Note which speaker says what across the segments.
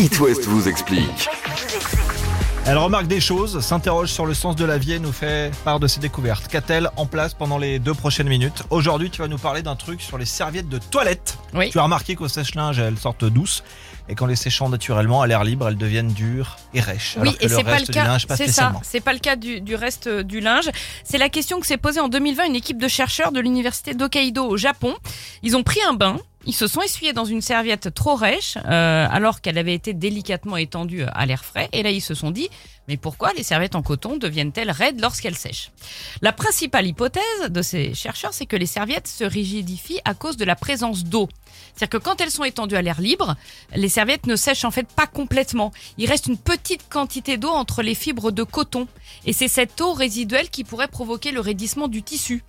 Speaker 1: It West vous explique.
Speaker 2: Elle remarque des choses, s'interroge sur le sens de la vie et nous fait part de ses découvertes. Qu'a-t-elle en place pendant les deux prochaines minutes Aujourd'hui, tu vas nous parler d'un truc sur les serviettes de toilette.
Speaker 3: Oui.
Speaker 2: Tu as remarqué qu'au sèche-linge, elles sortent douces et qu'en les séchant naturellement à l'air libre, elles deviennent dures et rêches.
Speaker 3: Oui,
Speaker 2: alors que
Speaker 3: et
Speaker 2: le
Speaker 3: c'est pas le
Speaker 2: reste du
Speaker 3: cas.
Speaker 2: linge, pas
Speaker 3: C'est ça.
Speaker 2: spécialement.
Speaker 3: C'est pas le cas du, du reste euh, du linge. C'est la question que s'est posée en 2020 une équipe de chercheurs de l'université d'Hokkaido au Japon. Ils ont pris un bain. Ils se sont essuyés dans une serviette trop rêche, euh, alors qu'elle avait été délicatement étendue euh, à l'air frais. Et là, ils se sont dit, mais pourquoi les serviettes en coton deviennent-elles raides lorsqu'elles sèchent La principale hypothèse de ces chercheurs, c'est que les serviettes se rigidifient à cause de la présence d'eau. C'est-à-dire que quand elles sont étendues à l'air libre, les serviettes ne sèchent en fait pas complètement. Il reste une petite quantité d'eau entre les fibres de coton. Et c'est cette eau résiduelle qui pourrait provoquer le raidissement du tissu.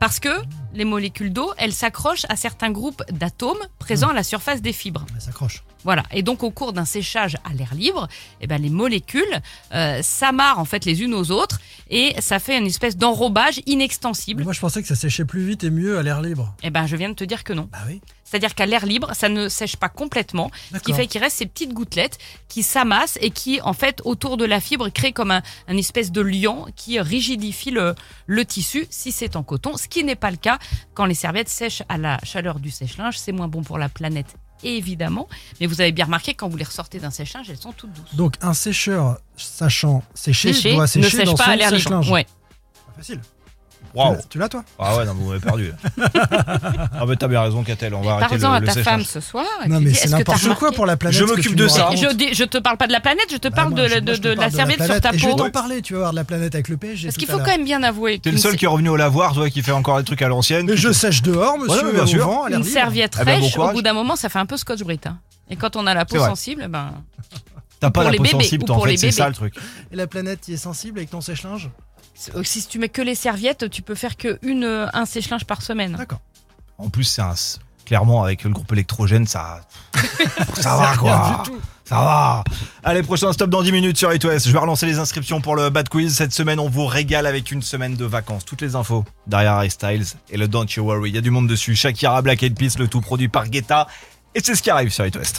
Speaker 3: Parce que les molécules d'eau, elles s'accrochent à certains groupes d'atomes présents à la surface des fibres.
Speaker 2: Hmm. Elles s'accrochent.
Speaker 3: Voilà. Et donc, au cours d'un séchage à l'air libre, eh ben, les molécules euh, s'amarrent en fait les unes aux autres et ça fait une espèce d'enrobage inextensible.
Speaker 4: Moi, je pensais que ça séchait plus vite et mieux à l'air libre.
Speaker 3: Eh ben, je viens de te dire que non.
Speaker 4: Bah oui.
Speaker 3: C'est-à-dire qu'à l'air libre, ça ne sèche pas complètement, ce qui
Speaker 4: D'accord.
Speaker 3: fait qu'il reste ces petites gouttelettes qui s'amassent et qui, en fait, autour de la fibre, créent comme un, un espèce de liant qui rigidifie le, le tissu si c'est en coton, ce qui n'est pas le cas quand les serviettes sèchent à la chaleur du sèche-linge. C'est moins bon pour la planète, évidemment, mais vous avez bien remarqué, quand vous les ressortez d'un sèche-linge, elles sont toutes douces.
Speaker 4: Donc, un sécheur sachant sécher
Speaker 3: Séchées,
Speaker 4: doit
Speaker 3: ne
Speaker 4: sécher
Speaker 3: sèche
Speaker 4: dans
Speaker 3: pas à
Speaker 4: son
Speaker 3: l'air libre.
Speaker 4: sèche-linge.
Speaker 3: Ouais.
Speaker 4: Pas Facile.
Speaker 2: Waouh.
Speaker 4: Tu l'as- Tu l'as, toi
Speaker 2: Ah ouais, non, vous m'avez perdu. ah mais t'as bien raison, Qu'a-t-elle On va
Speaker 3: Par
Speaker 2: arrêter le,
Speaker 3: exemple, à
Speaker 2: le
Speaker 3: ta
Speaker 2: séchage.
Speaker 3: femme ce soir, et
Speaker 4: Non,
Speaker 3: tu
Speaker 4: mais
Speaker 3: dis,
Speaker 4: c'est
Speaker 3: est-ce que t'as
Speaker 4: n'importe quoi
Speaker 3: remarqué
Speaker 4: pour la planète.
Speaker 2: Je
Speaker 4: ce que
Speaker 2: m'occupe
Speaker 4: tu
Speaker 2: de
Speaker 4: nous
Speaker 2: ça.
Speaker 4: racontes.
Speaker 3: je, dis- je te parle pas de la planète, je te
Speaker 4: Bah,
Speaker 3: parle
Speaker 4: moi,
Speaker 3: de,
Speaker 4: je-
Speaker 3: la-
Speaker 4: moi,
Speaker 3: de-
Speaker 4: je te
Speaker 3: de la
Speaker 4: parle
Speaker 3: serviette sur
Speaker 4: planète.
Speaker 3: ta
Speaker 4: Et Je
Speaker 3: peau.
Speaker 4: vais t'en parler, tu vas voir de la planète avec le PSG.
Speaker 3: Parce
Speaker 4: tout
Speaker 3: qu'il
Speaker 4: à
Speaker 3: faut
Speaker 4: l'heure.
Speaker 3: quand même bien avouer.
Speaker 2: T'es le
Speaker 3: qu'une
Speaker 2: seul qui est revenu au lavoir, toi, qui fait encore des trucs à l'ancienne.
Speaker 4: Mais je sèche dehors, monsieur,
Speaker 2: Ouais, bien
Speaker 4: au
Speaker 2: sûr.
Speaker 4: vent, à l'air
Speaker 3: une
Speaker 4: libre.
Speaker 3: serviette
Speaker 2: Eh ben, bon
Speaker 3: fraîche, au
Speaker 2: courage.
Speaker 3: bout d'un moment, ça fait un peu scotch brite. hein. Et quand on a la
Speaker 2: C'est
Speaker 3: peau
Speaker 2: vrai.
Speaker 3: sensible, ben,
Speaker 2: T'as pas
Speaker 3: pour
Speaker 2: la
Speaker 3: les
Speaker 2: peau
Speaker 3: bébés,
Speaker 2: sensible,
Speaker 3: ou
Speaker 2: toi, en
Speaker 3: pour
Speaker 2: fait,
Speaker 3: les
Speaker 2: c'est ça
Speaker 3: bébés.
Speaker 2: le truc.
Speaker 4: Et la planète, y est sensible avec ton sèche-linge
Speaker 3: c'est- oh, si tu mets que les serviettes, tu peux faire que une, euh, un sèche-linge par semaine.
Speaker 4: D'accord.
Speaker 2: En plus, c'est un. Clairement, avec le groupe électrogène, ça. ça va, quoi. Ça va. Allez, prochain stop dans 10 minutes sur It West. Je vais relancer les inscriptions pour le Bad Quiz. Cette semaine, on vous régale avec une semaine de vacances. Toutes les infos derrière Harry Styles et le Don't You Worry. Il y a du monde dessus. Shakira, Black Eyed Peas, le tout produit par Guetta. Et c'est ce qui arrive sur It West.